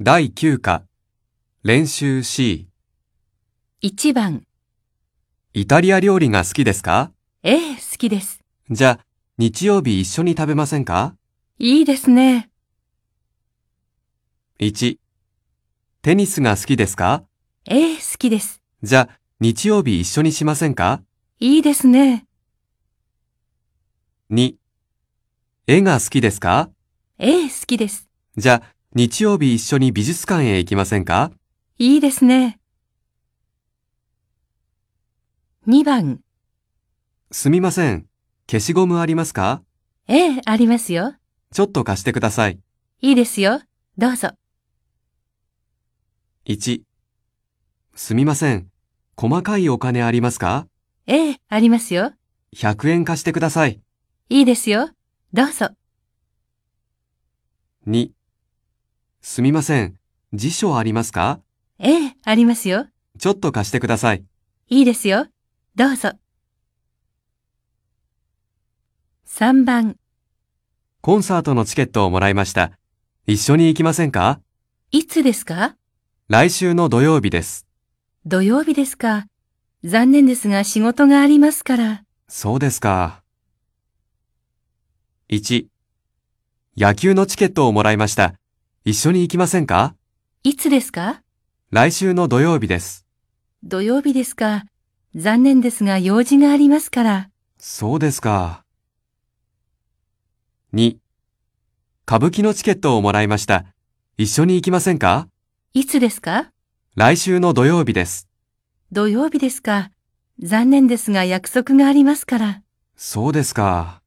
第9課、練習 C、 1番、イタリア料理が好きですかええ、好きです。じゃあ、日曜日一緒に食べませんかいいですね。 ?1、テニスが好きですかええ、好きです。じゃあ、日曜日一緒にしませんかいいですね。 ?2、絵が好きですかええ、好きです。じゃあ、日曜日一緒に美術館へ行きませんかいいですね。2番、すみません。消しゴムありますかええ、ありますよ。ちょっと貸してください。いいですよ。どうぞ。 1、すみません。細かいお金ありますかええ、ありますよ。 ?100 円貸してください。いいですよ。どうぞ。 2. すみません。辞書ありますかええ、ありますよ。ちょっと貸してください。いいですよ。どうぞ。3番、コンサートのチケットをもらいました。一緒に行きませんかいつですか来週の土曜日です。土曜日ですか。残念ですが仕事がありますから。そうですか。1. 野球のチケットをもらいました。一緒に行きませんかいつですか来週の土曜日です。土曜日ですか。残念ですが用事がありますから。そうですか。2. 歌舞伎のチケットをもらいました。一緒に行きませんかいつですか来週の土曜日です。土曜日ですか。残念ですが約束がありますから。そうですか。